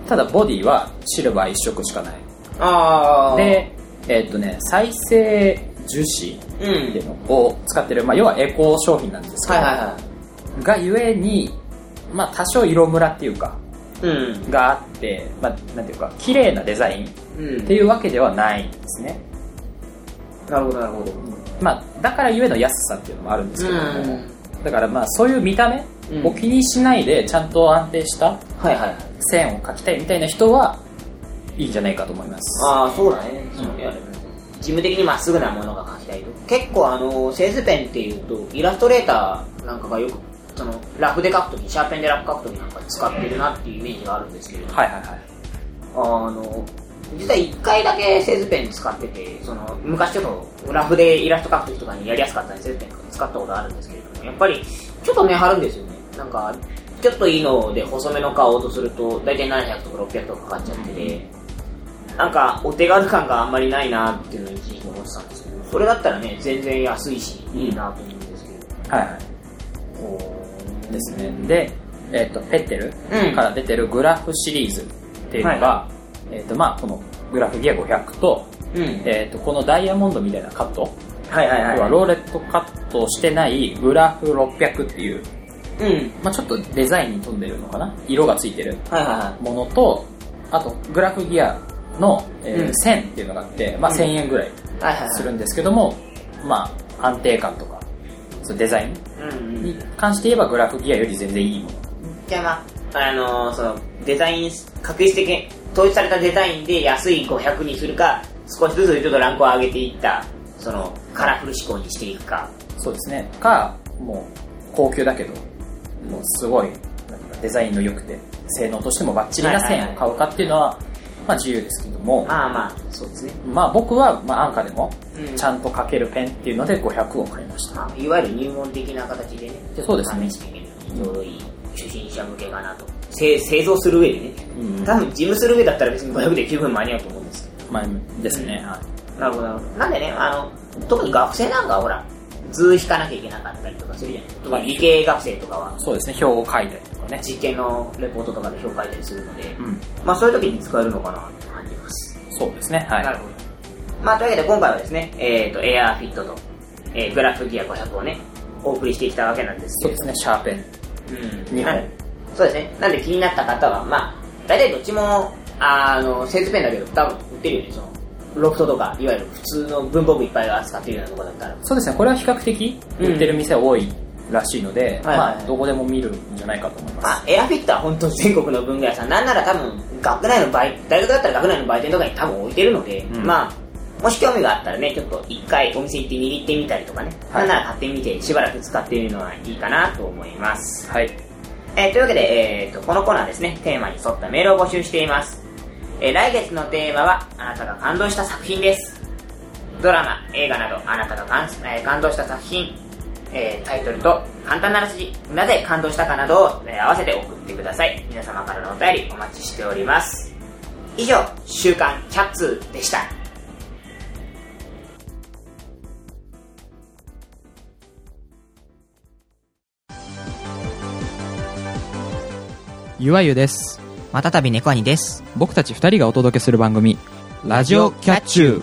Speaker 3: ただボディはシルバー一色しかない
Speaker 2: あ
Speaker 3: でえーっとね再生樹脂
Speaker 2: う
Speaker 3: っていうんのを使ってる、まあ、要はエコー商品なんですけ
Speaker 2: は
Speaker 3: ど、
Speaker 2: いはいは
Speaker 3: がゆえに、まあ、多少色ムラっていうか
Speaker 2: いうん
Speaker 3: があって、まあ、なんていうか綺麗なデザインっ
Speaker 2: うん
Speaker 3: ていうわけではないんですね、
Speaker 2: なるほどなるほど
Speaker 3: まあ、だからゆえの安さっていうのもあるんですけども、だからまあそういう見た目
Speaker 2: うん
Speaker 3: を気にしないでちゃんと安定した
Speaker 2: はいはいはい
Speaker 3: 線を描きたいみたいな人はいいんじゃないかと思います
Speaker 2: ああそうだね、
Speaker 3: うん
Speaker 2: いや事務的にまっすぐなものが書きたいと結構あの製図ペンっていうとイラストレーターなんかがよくそのラフで書くときシャーペンでラフ書くときなんか使ってるなっていうイメージがあるんですけれど、
Speaker 3: はいはいはい
Speaker 2: あの実は1回だけ製図ペン使っててその昔ちょっとラフでイラスト書くときとかにやりやすかったんで製図ペン使ったことあるんですけれどもやっぱりちょっと目張るんですよねなんかちょっといいので細めの顔とすると大体700とか600とかかかっちゃってて、なんかお手軽感があんまりないなっていうのを一時期思ってたんですけどそれだったらね全然安いしいいなと思うんですけど
Speaker 3: はいはいですねで、えっとペッテル
Speaker 2: うん
Speaker 3: から出てるグラフシリーズっていうのが、えっとまあ、このグラフギア500と,、
Speaker 2: うん
Speaker 3: えっとこのダイヤモンドみたいなカット、
Speaker 2: はいはい
Speaker 3: 要はローレットカットをしてないグラフ600っていう、
Speaker 2: うん
Speaker 3: まあ、ちょっとデザインに富んでるのかな色がついてる
Speaker 2: はいは
Speaker 3: ものとあとグラフギアの、えー
Speaker 2: うん
Speaker 3: 1000っていうのがあって、まあ、
Speaker 2: うん
Speaker 3: 1000円ぐらい
Speaker 2: いはいはいはい
Speaker 3: するんですけども、まあ、安定感とかそうデザイン
Speaker 2: うんうん
Speaker 3: に関して言えばグラフギアより全然いいもの
Speaker 2: じゃあまあ、あのーその、デザイン、確率的に、統一されたデザインで安い500にするか、少しずつちょっとランクを上げていった、その、カラフル思考にしていくか。
Speaker 3: そうですね。か、もう、高級だけど、もうすごい、なんかデザインの良くて、性能としてもバッチリな線を買うかっていうのは、まあ自由ですけども、
Speaker 2: ああまあそうですね
Speaker 3: まあ僕は、まあ安価でも
Speaker 2: うん、
Speaker 3: ちゃんと書けるペンっていうので500を買いました。
Speaker 2: まあいわゆる入門的な形でね
Speaker 3: でそうですね
Speaker 2: 試してみるちょうどいい初心者向けかなと製製造する上でね、
Speaker 3: うん
Speaker 2: 多分事務する上だったら別に500で十分間に合うと思うんですけ
Speaker 3: まあですね、はい。
Speaker 2: どなるほどなるほどなんでねあの特に学生なんかはほら図引かなきゃいけなかったりとかするじゃない特に理系学生とかは
Speaker 3: そうですね、表を書いたりとかね。
Speaker 2: 実験のレポートとかで評価したりするので、
Speaker 3: うん。
Speaker 2: まあそういう時に使えるのかなって感じます。
Speaker 3: そうですね、はい。
Speaker 2: なるほど。まあというわけで今回はですね、えっ、と、エアーフィットと、えーグラフギア500をね、お送りしてきたわけなんです
Speaker 3: そ
Speaker 2: け
Speaker 3: うで
Speaker 2: れど
Speaker 3: す
Speaker 2: も。
Speaker 3: ね、シャーペン。
Speaker 2: うん。
Speaker 3: 日本
Speaker 2: はいそうですね。なんで気になった方は、まあ、大体どっちも、あの、製図ペンだけど、多分売ってるよね、その、ロフトとか、いわゆる普通の文房具いっぱい扱ってるようなところだったら。
Speaker 3: そうですね、これは比較的
Speaker 2: うん
Speaker 3: 売ってる店多いらしいので、
Speaker 2: はいはい
Speaker 3: まあ、どこでも見るんじゃないかと思います。
Speaker 2: まあ、エアフィットは本当全国の文具屋さん、なんなら多分、学内の売、大学だったら学内の売店とかに多分置いてるので、
Speaker 3: うん
Speaker 2: まあ、もし興味があったらね、ちょっと一回お店行って握ってみたりとかね、
Speaker 3: はい
Speaker 2: なんなら買ってみて、しばらく使ってみるのはいいかなと思います。
Speaker 3: はい。
Speaker 2: えーというわけで、えーと、このコーナーですね、テーマに沿ったメールを募集しています。えー来月のテーマは、あなたが感動した作品です。ドラマ、映画など、あなたが感,、えー感動した作品、えータイトルと簡単なあらすじ、なぜ感動したかなどを、えー合わせて送ってください。皆様からのお便りお待ちしております。以上、週刊キャッツーでした。
Speaker 5: ゆわゆです
Speaker 6: またたび猫兄です。
Speaker 5: 僕たち二人がお届けする番組「ラジオキャッチュー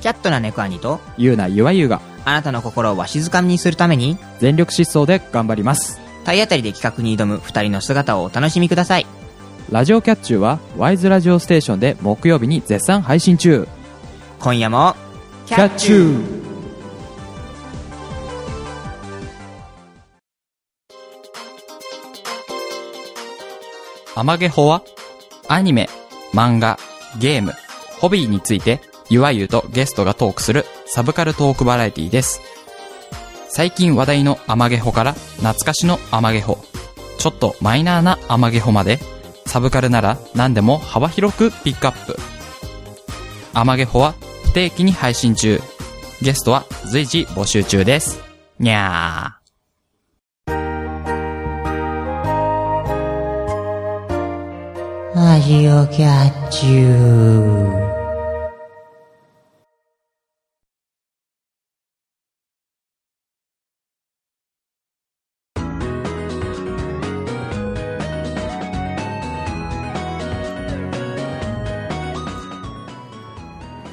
Speaker 6: キャットな猫兄と、」
Speaker 5: ゆうなゆわゆが
Speaker 6: あなたの心をわしづかみにするために、
Speaker 5: 全力疾走で頑張ります
Speaker 6: 体当たりで企画に挑む二人の姿をお楽しみください。
Speaker 5: ラジオキャッチューはワイズラジオステーションで木曜日に絶賛配信中
Speaker 6: 今夜も、
Speaker 5: キャッチューアマゲホはアニメ、漫画、ゲーム、ホビーについてゆわゆとゲストがトークするサブカルトークバラエティです。最近話題のアマゲホから懐かしのアマゲホ、ちょっとマイナーなアマゲホまでサブカルなら何でも幅広くピックアップ。アマゲホは不定期に配信中。ゲストは随時募集中です。にゃ
Speaker 6: ラジオキャッチュー。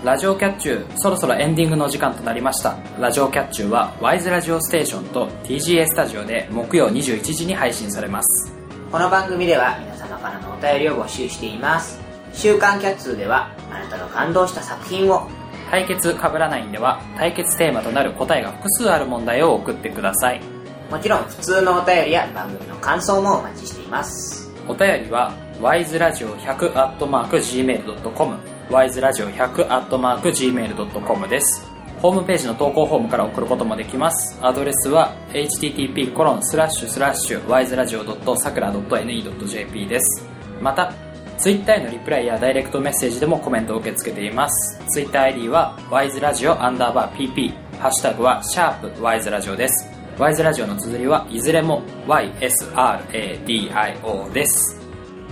Speaker 3: ラジオキャッチュー、そろそろエンディングの時間となりました。ラジオキャッチューは、ワイズラジオステーションと TGA スタジオで木曜21時に配信されます。
Speaker 2: この番組では皆様からのお便りを募集しています。週刊キャッツーでは、あなたの感動した作品を
Speaker 3: 対決被らないんでは、対決テーマとなる答えが複数ある問題を送ってください。
Speaker 2: もちろん普通のお便りや番組の感想もお待ちしています。
Speaker 3: お便りは wiseradio100-gmail.com wiseradio100-gmail.com ですホームページの投稿フォームから送ることもできますアドレスは http://wiseradio.sakura.ne.jp ですまたツイッターへのリプライやダイレクトメッセージでもコメントを受け付けていますツイッター ID は wiseradio_pp ハッシュタグはシャープワイズラジオですワイズラジオの綴りはいずれも YSRADIO です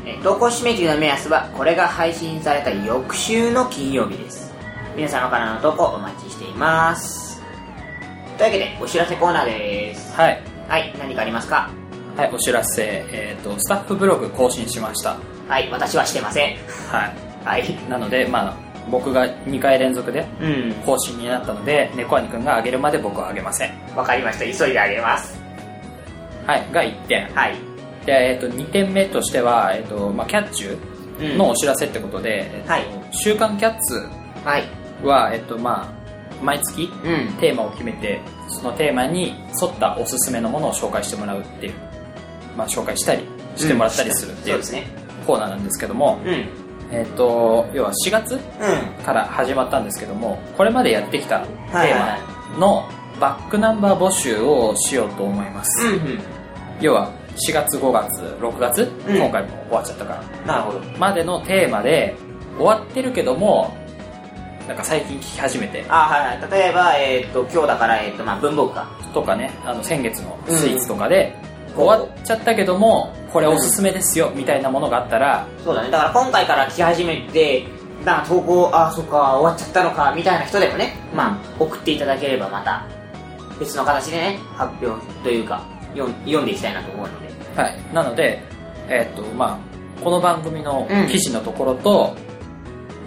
Speaker 2: えー投稿締め切りの目安はこれが配信された翌週の金曜日です。皆様からの投稿お待ちしています。というわけでお知らせコーナーです。
Speaker 3: はい、
Speaker 2: はい、何かありますか
Speaker 3: はい、お知らせ、えー、とスタッフブログ更新しました
Speaker 2: はい、私はしてません。
Speaker 3: は
Speaker 2: はい。
Speaker 3: いなのでまあ僕が2回連続で
Speaker 2: うん、
Speaker 3: 更新になったので猫兄くんが上げるまで僕は上げません
Speaker 2: わかりました。急いであげます。
Speaker 3: はいが1点
Speaker 2: はい。
Speaker 3: で、えー、と2点目としては、えーとまあ、キャッチューのお知らせってことで、えーと
Speaker 2: はい
Speaker 3: 週刊キャッツ
Speaker 2: はい。
Speaker 3: は、えっとまあ、毎月
Speaker 2: うん。
Speaker 3: テーマを決めてそのテーマに沿ったおすすめのものを紹介してもらうっていう、まあ、紹介したりしてもらったりするってい
Speaker 2: そう
Speaker 3: う
Speaker 2: ですね。
Speaker 3: コーナーなんですけども、
Speaker 2: うん。うん。
Speaker 3: えっと要は4月から始まったんですけどもこれまでやってきたテ
Speaker 2: はいは
Speaker 3: ーマのバックナンバー募集をしようと思います、
Speaker 2: うん。うん。
Speaker 3: 要は4月5月6月、
Speaker 2: うん
Speaker 3: 今回も終わっちゃったから
Speaker 2: なるほど。
Speaker 3: までのテーマで終わってるけどもなんか最近聞き始めて
Speaker 2: あはいはい例えば、えー、と今日だから、えーとまあ、文房具か
Speaker 3: とかねあの先月のスイーツとかで、終わっちゃったけどもこれおすすめですよみたいなものがあったら、
Speaker 2: そうだねだから今回から来始めてなんか投稿ああそっか終わっちゃったのかみたいな人でもねまあ送っていただければまた別の形でね発表というか読ん読んでいきたいなと思うので
Speaker 3: はい、なので、えーっとまあ、この番組の記事のところと、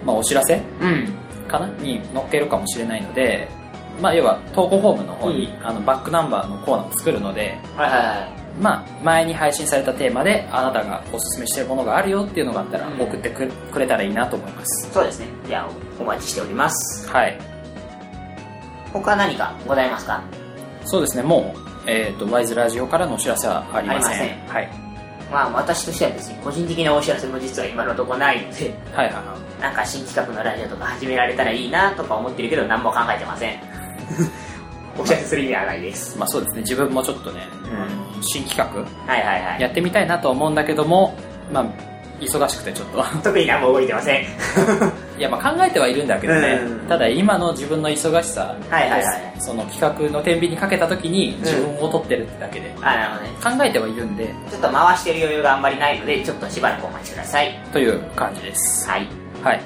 Speaker 3: まあ、お知らせ
Speaker 2: うん
Speaker 3: かなに載っけるかもしれないので、まあ、要は投稿フォームの方に、あのバックナンバーのコーナーを作るので、
Speaker 2: はいはいはい
Speaker 3: まあ、前に配信されたテーマであなたがおすすめしてるものがあるよっていうのがあったら
Speaker 2: うん
Speaker 3: 送ってく,、くれたらいいなと思います
Speaker 2: そうですねじゃあおお待ちしております
Speaker 3: はい
Speaker 2: 他何かございますか
Speaker 3: そうですねもう、えーっとワイズラジオからのお知らせはありません
Speaker 2: ありません
Speaker 3: はい、
Speaker 2: まあ私としてはですね個人的なお知らせも実は今のとこないので
Speaker 3: はいはいは
Speaker 2: なんか新企画のラジオとか始められたらいいなとか思ってるけど何も考えてません (laughs) お知らせする意味はないです
Speaker 3: いまあそうですね自分もちょっとね、あの新企画
Speaker 2: はいはいはい
Speaker 3: やってみたいなと思うんだけども、まあ、忙しくてちょっと (laughs)
Speaker 2: 特に何も動いてません
Speaker 3: いやまあ考えてはいるんだけどね、
Speaker 2: うん
Speaker 3: ただ今の自分の忙しさ、
Speaker 2: はいはいはい
Speaker 3: その企画の天秤にかけた時に自分を取ってるってだけで、
Speaker 2: あなるほどね
Speaker 3: 考えてはいるんで
Speaker 2: ちょっと回してる余裕があんまりないのでちょっとしばらくお待ちください
Speaker 3: という感じです
Speaker 2: はい
Speaker 3: はい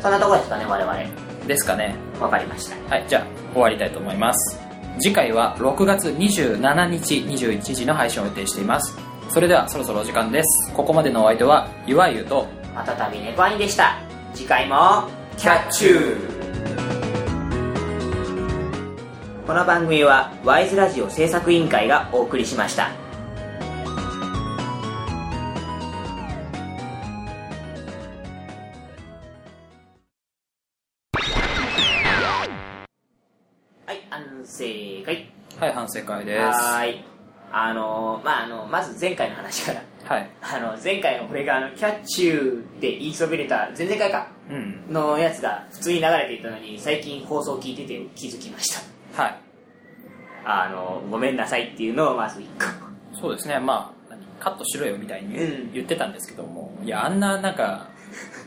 Speaker 2: そんなところですかね我々
Speaker 3: ですかね
Speaker 2: わかりました
Speaker 3: はいじゃあ終わりたいと思います次回は6月27日21時の配信を予定していますそれではそろそろお時間ですここまでのお相手はゆわゆと
Speaker 2: またたびネコアニでした次回もキャッチューこの番組はワイズラジオ制作委員会がお送りしましたはい安静会
Speaker 3: はい反省会です
Speaker 2: はーいあのーまああのまず前回の話から
Speaker 3: はい
Speaker 2: あの前回のこれがあのキャッチューで言いそびれた前々回か
Speaker 3: うん
Speaker 2: のやつが普通に流れていたのに最近放送聞いてて気づきました
Speaker 3: はい
Speaker 2: あのごめんなさいっていうのをまず一個
Speaker 3: そうですねまあ何カットしろよみたいに
Speaker 2: うん
Speaker 3: 言ってたんですけども、いやあんななんか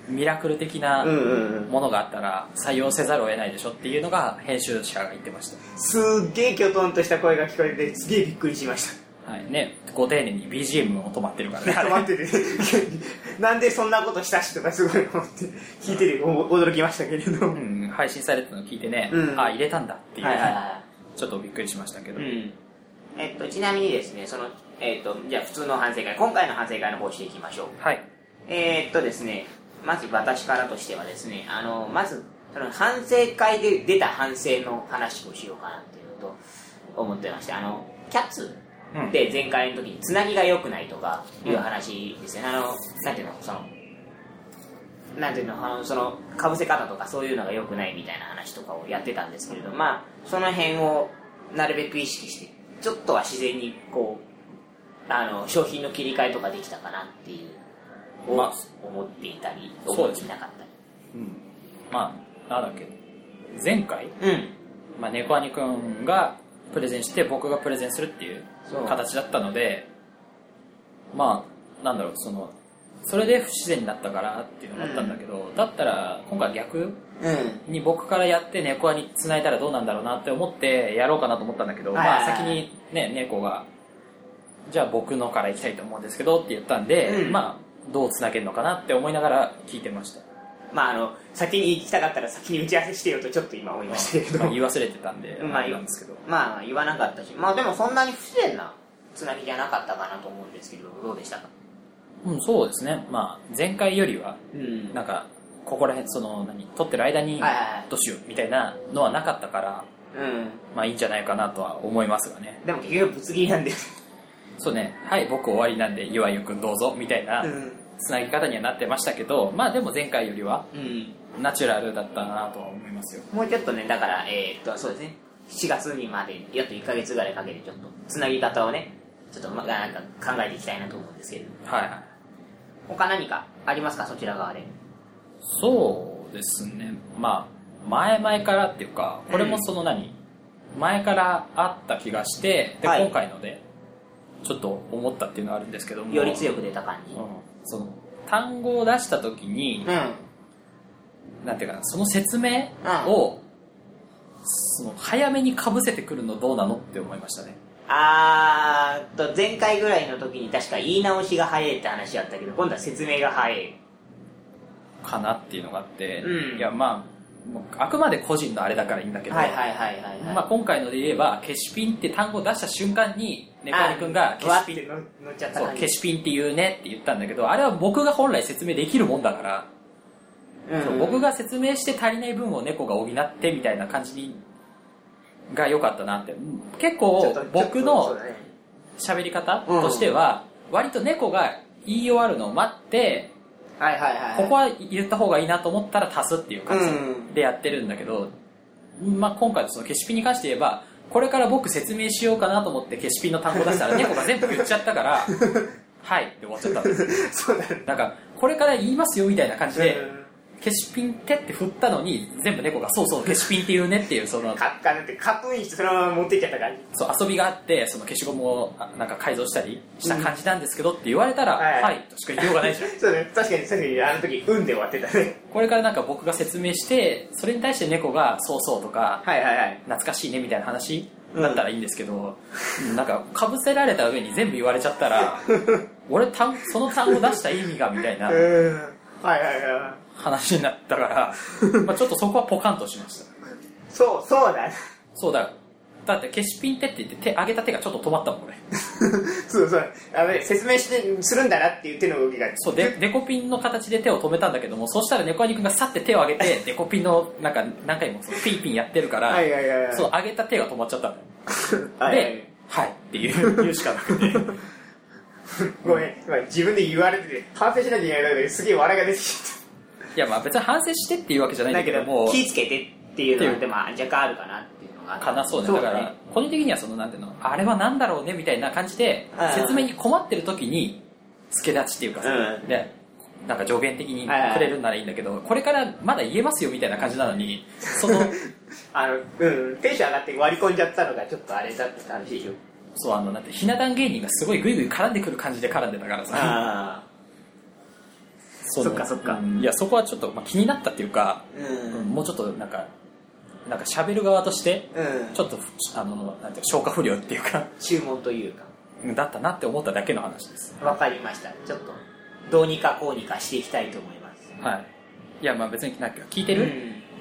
Speaker 3: ミラクル的な
Speaker 2: うんうんうん
Speaker 3: ものがあったら採用せざるを得ないでしょっていうのが編集者が言ってまし
Speaker 2: すっげえきょとんとした声が聞こえてすげえびっくりしました
Speaker 3: たはいねご丁寧に BGM も止まってるからね
Speaker 2: (laughs) なんか待っててなんでそんなことしたしとかすごい思って聞いててお驚きましたけれど
Speaker 3: う
Speaker 2: も
Speaker 3: ん、配信されてたの聞いてね、
Speaker 2: うん
Speaker 3: あ入れたんだっていう、
Speaker 2: はいはいはい
Speaker 3: ちょっとびっくりしましたけど、
Speaker 2: うんえっとちなみにですねそのえっとじゃあ普通の反省会今回の反省会の方していきましょう
Speaker 3: はい
Speaker 2: えー、っとですね、まず私からとしてはですね、あの、まず、その反省会で出た反省の話をしようかなっていうのと思ってまして、あの、キャッツ
Speaker 3: うん
Speaker 2: で前回の時につなぎが良くないとかいう話ですね、あの、なんていうの、その、なんていうの、あの、その、かぶせ方とかそういうのが良くないみたいな話とかをやってたんですけれど、まあ、その辺をなるべく意識して、ちょっとは自然にこう、あの、商品の切り替えとかできたかなっていうを
Speaker 3: まあ
Speaker 2: 思っていたり、
Speaker 3: そう
Speaker 2: 思っ
Speaker 3: です
Speaker 2: ていなかったり。
Speaker 3: まあなんだっけ前回、
Speaker 2: うん。
Speaker 3: まあ、猫兄くんがプレゼンして僕がプレゼンするっていう
Speaker 2: そう
Speaker 3: 形だったのでまあなんだろうそのそれで不自然になったからっていうのがあったんだけど、だったら今回逆
Speaker 2: うん。
Speaker 3: に僕からやって猫兄に繋いだらどうなんだろうなって思ってやろうかなと思ったんだけど、
Speaker 2: はいはいはい
Speaker 3: まあ、先にね猫がじゃあ僕のから行きたいと思うんですけどって言ったんで、
Speaker 2: うん
Speaker 3: まあどう繋げるのかなって思いながら聞いて
Speaker 2: (laughs)
Speaker 3: ました
Speaker 2: まああの、先に行きたかったら先に打ち合わせしてよとちょっと今思いましたけれ
Speaker 3: まあ
Speaker 2: ど。
Speaker 3: 言い忘れてたんで、
Speaker 2: まあ
Speaker 3: れ
Speaker 2: 言
Speaker 3: なん
Speaker 2: わ
Speaker 3: ですけど
Speaker 2: まあ言わなかったし、まあでもそんなに不自然なつなぎじゃなかったかなと思うんですけど、どうでしたか
Speaker 3: うん、そうですね、まあ、前回よりは、
Speaker 2: うん
Speaker 3: なんか、ここら辺、その、何、撮ってる間に
Speaker 2: はいはいはい、
Speaker 3: どうしようみたいなのはなかったから、
Speaker 2: うん。
Speaker 3: まあ、いいんじゃないかなとは思いますがね。
Speaker 2: でも結局ぶつ切りなんで。
Speaker 3: そうね、はい、僕終わりなんで、ゆわゆくんどうぞ、みたいな、つなぎ方にはなってましたけど、まあ、でも前回よりは、
Speaker 2: うん。
Speaker 3: ナチュラルだったなとは思いますよ。
Speaker 2: もうちょっとね、だから、えー、っと、そうですね。7月にまで、やっと1ヶ月ぐらいかけて、ちょっと、つなぎ方をね、ちょっと、まあ、なんか考えていきたいなと思うんですけれど。
Speaker 3: はいはい。
Speaker 2: 他何かありますかそちら側で。
Speaker 3: そうですね、まあ、前々からっていうか、これもその何、前からあった気がして、で、
Speaker 2: はい
Speaker 3: 今回ので、ちょっと思ったっていうのはあるんですけども、
Speaker 2: より強く出た感じ。
Speaker 3: うんその単語を出した時に
Speaker 2: うん。
Speaker 3: なんていうかなその説明
Speaker 2: うん
Speaker 3: を、その早めにかぶせてくるのどうなのって思いましたね
Speaker 2: あーっと、前回ぐらいの時に確か言い直しが早いって話あったけど、今度は説明が早い。
Speaker 3: かなっていうのがあって、
Speaker 2: うん
Speaker 3: いやまあもうあくまで個人のあれだからいいんだけど、
Speaker 2: はいはいはいはい、はい。
Speaker 3: まあ、今回ので言えば消しピンって単語出した瞬間にネコニ君が
Speaker 2: わ
Speaker 3: 消
Speaker 2: っ
Speaker 3: しピン
Speaker 2: て乗乗っちゃった
Speaker 3: そう
Speaker 2: 感じ。
Speaker 3: 消しピンって言うねって言ったんだけどあれは僕が本来説明できるもんだから、
Speaker 2: うん
Speaker 3: そう僕が説明して足りない分を猫が補ってみたいな感じにが良かったなってうん結
Speaker 2: ちょ
Speaker 3: 構
Speaker 2: っと
Speaker 3: 僕
Speaker 2: ちょっとそう
Speaker 3: の
Speaker 2: だね
Speaker 3: 喋り方としては割と猫が言い終わるのを待って
Speaker 2: はいはいはい。
Speaker 3: ここは言った方がいいなと思ったら足すっていう感
Speaker 2: うん
Speaker 3: じでやってるんだけど、まあ、今回のその消しピンに関して言えばこれから僕説明しようかなと思って消しピンの単語出したら猫が全部言っちゃった
Speaker 2: (laughs)
Speaker 3: から「はい」って終わっちゃったんですよ
Speaker 2: そうだね。
Speaker 3: なんかこれから言いますよみたいな感じで
Speaker 2: うん
Speaker 3: 消しピンってって振ったのに全部猫が「そうそう消しピンって言うね」っていうその
Speaker 2: カッカなんてカプインしてそのまま持ってっちゃった感じ。
Speaker 3: そう遊びがあってその消しゴムをあなんか改造したりした感じなんですけどって言われたら「
Speaker 2: はい
Speaker 3: はい」としか言いようがないじゃん
Speaker 2: そうね、確かに確かにあの時、運で終わってたね。
Speaker 3: これからなんか僕が説明してそれに対して猫が「そうそう」とか
Speaker 2: はいはいはい。
Speaker 3: 懐かしいねみたいな話だったらいいんですけど、なんかかぶせられた上に全部言われちゃった
Speaker 2: (laughs)
Speaker 3: ら俺単その単語出した意味がみたいな
Speaker 2: うん。はいはいは
Speaker 3: 話になったから、まあ、ちょっとそこはポカンとしました
Speaker 2: い。そう、そうだね。
Speaker 3: そうだだって消しピンってって言って手上げた手がちょっと止まったもん俺
Speaker 2: そうそう。あのね説明して、するんだなっていう手の動きが。
Speaker 3: そうでデコピンの形で手を止めたんだけどもそうしたら猫兄君がさって手を上げてデコピンのなんか何回もそのピンピンやってるから、
Speaker 2: はいはいはいはい
Speaker 3: そう上げた手が止まっちゃったのよ
Speaker 2: はいはい
Speaker 3: で、はいっていう言うしかなくて
Speaker 2: (laughs) ごめん、今自分で言われてて、反省しなきゃいけないんだけど、すげえ笑いが出てき
Speaker 3: いやまあ別に反省してっていうわけじゃな
Speaker 2: た。
Speaker 3: いんだけども
Speaker 2: 気ぃつけてっていうのは、でも若干あるかなっていうのが。
Speaker 3: かなそうねだから、個人的にはそのなんていうのあれはなんだろうねみたいな感じで
Speaker 2: はい
Speaker 3: 説明に困ってる時に付け立ちっていうかさ、
Speaker 2: うん
Speaker 3: でなんか助言的に
Speaker 2: はいはい
Speaker 3: くれるんならいいんだけど、これからまだ言えますよみたいな感じなのにそ
Speaker 2: (laughs)
Speaker 3: の
Speaker 2: あの、うん、テンション上がって割り込んじゃったのがちょっとあれだって話でしょ。
Speaker 3: そうあのなんてひな壇芸人がすごいグイグイ絡んでくる感じで絡んでたからさ
Speaker 2: あ
Speaker 3: の
Speaker 2: そっかそっか
Speaker 3: うんいやそこはちょっと、まあ、気になったっていうか、
Speaker 2: あ。うん。う
Speaker 3: うん
Speaker 2: ん。
Speaker 3: もうちょっとなんかなんか喋る側としてちょっとあのなんていうか消化不良っていうか
Speaker 2: 注文というか、
Speaker 3: だったなって思っただけの話です
Speaker 2: わかりました。ちょっと、どうにかこうにかしていきたいと思います。
Speaker 3: はいいやまあ別になんか聞いて
Speaker 2: う
Speaker 3: る、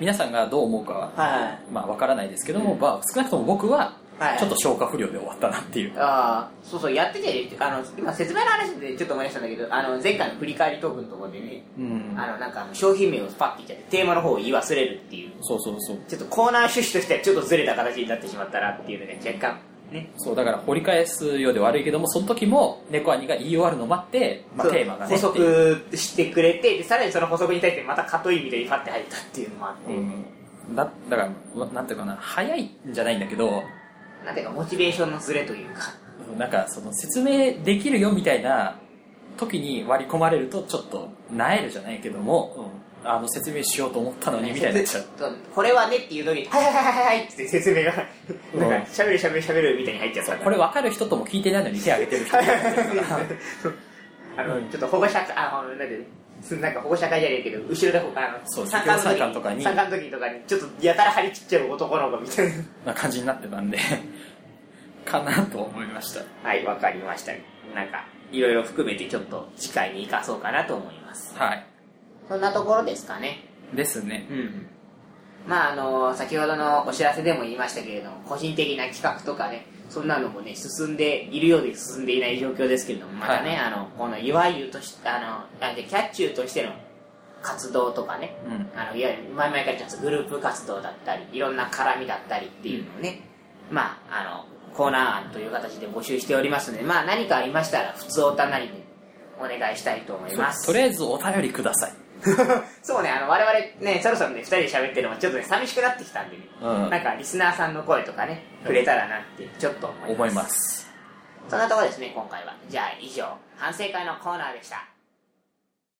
Speaker 3: 皆さんがどう思うかは、
Speaker 2: は
Speaker 3: まあ、わからないですけども、まあ、少なくとも僕は
Speaker 2: はい
Speaker 3: ちょっと消化不良で終わったなっていう、
Speaker 2: い。ああ、そうそう、やってて、あの、今説明の話でちょっと思い出したんだけど、あの、前回の振り返りトークのところでね、
Speaker 3: うん
Speaker 2: あの、なんか、商品名をパッて言っちゃって、テーマの方を言い忘れるっていう、
Speaker 3: そうそうそう
Speaker 2: ちょっとコーナー趣旨としてはちょっとずれた形になってしまったなっていうのが若干、ね。
Speaker 3: そうだから掘り返すようで悪いけどもその時も猫兄が言い終わるのを待って、まあ、
Speaker 2: そう
Speaker 3: テーマがね
Speaker 2: 補
Speaker 3: っていう
Speaker 2: 足してくれて、でさらにその補足に対してまたカトイみたいにパッて入ったっていうのもあって、
Speaker 3: うんだだからわなんていうかな早いんじゃないんだけど
Speaker 2: なんていうか、モチベーションのズレというか、
Speaker 3: なんかその説明できるよみたいな時に割り込まれるとちょっとなえるじゃないけども、うんあの説明しようと思ったのにみたいになっちゃう
Speaker 2: そうこれはねっていうのに、はいはいはいはいはいって説明が、
Speaker 3: うん
Speaker 2: なんか、しゃべるしゃべるしゃべるみたいに入っちゃった。
Speaker 3: これ分かる人とも聞いてないのに手挙げてる人
Speaker 2: は
Speaker 3: も
Speaker 2: い
Speaker 3: い
Speaker 2: は
Speaker 3: る
Speaker 2: い
Speaker 3: から
Speaker 2: はい。あの、ちょっと保護者会、あ、なんで、すなんか保護者会じゃねえけど、後ろでほあの、
Speaker 3: そう
Speaker 2: 参観の時
Speaker 3: 授業参観とかに
Speaker 2: 参観の時とかに、ちょっとやたら張り切っちゃう男の子みたいな。
Speaker 3: な感じになってたんで (laughs) かなと思いました
Speaker 2: はい、わかりました。なんか、いろいろ含めてちょっと次回に生かそうかなと思います。
Speaker 3: はい
Speaker 2: そんなところですかね。
Speaker 3: ですね
Speaker 2: うん。まああの、先ほどのお知らせでも言いましたけれども、個人的な企画とかね、そんなのもね、進んでいるようで進んでいない状況ですけれども、またね、
Speaker 3: はい
Speaker 2: あの、この、いわゆるとし、あの、なんで、キャッチューとしての活動とかね、
Speaker 3: うん
Speaker 2: あの、いわゆる、前々から言ってますグループ活動だったり、いろんな絡みだったりっていうのをね、まあ、あの、コーナー案という形で募集しておりますので、まあ何かありましたら、普通おたなりにお願いしたいと思います。
Speaker 3: とりあえずお便りください
Speaker 2: (laughs) そうね、あの、我々ね、そろそろね、二人で喋ってるのもちょっとね、寂しくなってきたんでね、
Speaker 3: うん
Speaker 2: なんかリスナーさんの声とかね、くれたらなって、ちょっと思います。
Speaker 3: 思います
Speaker 2: そんなところですね、今回は。じゃあ、以上、反省会のコーナーでした。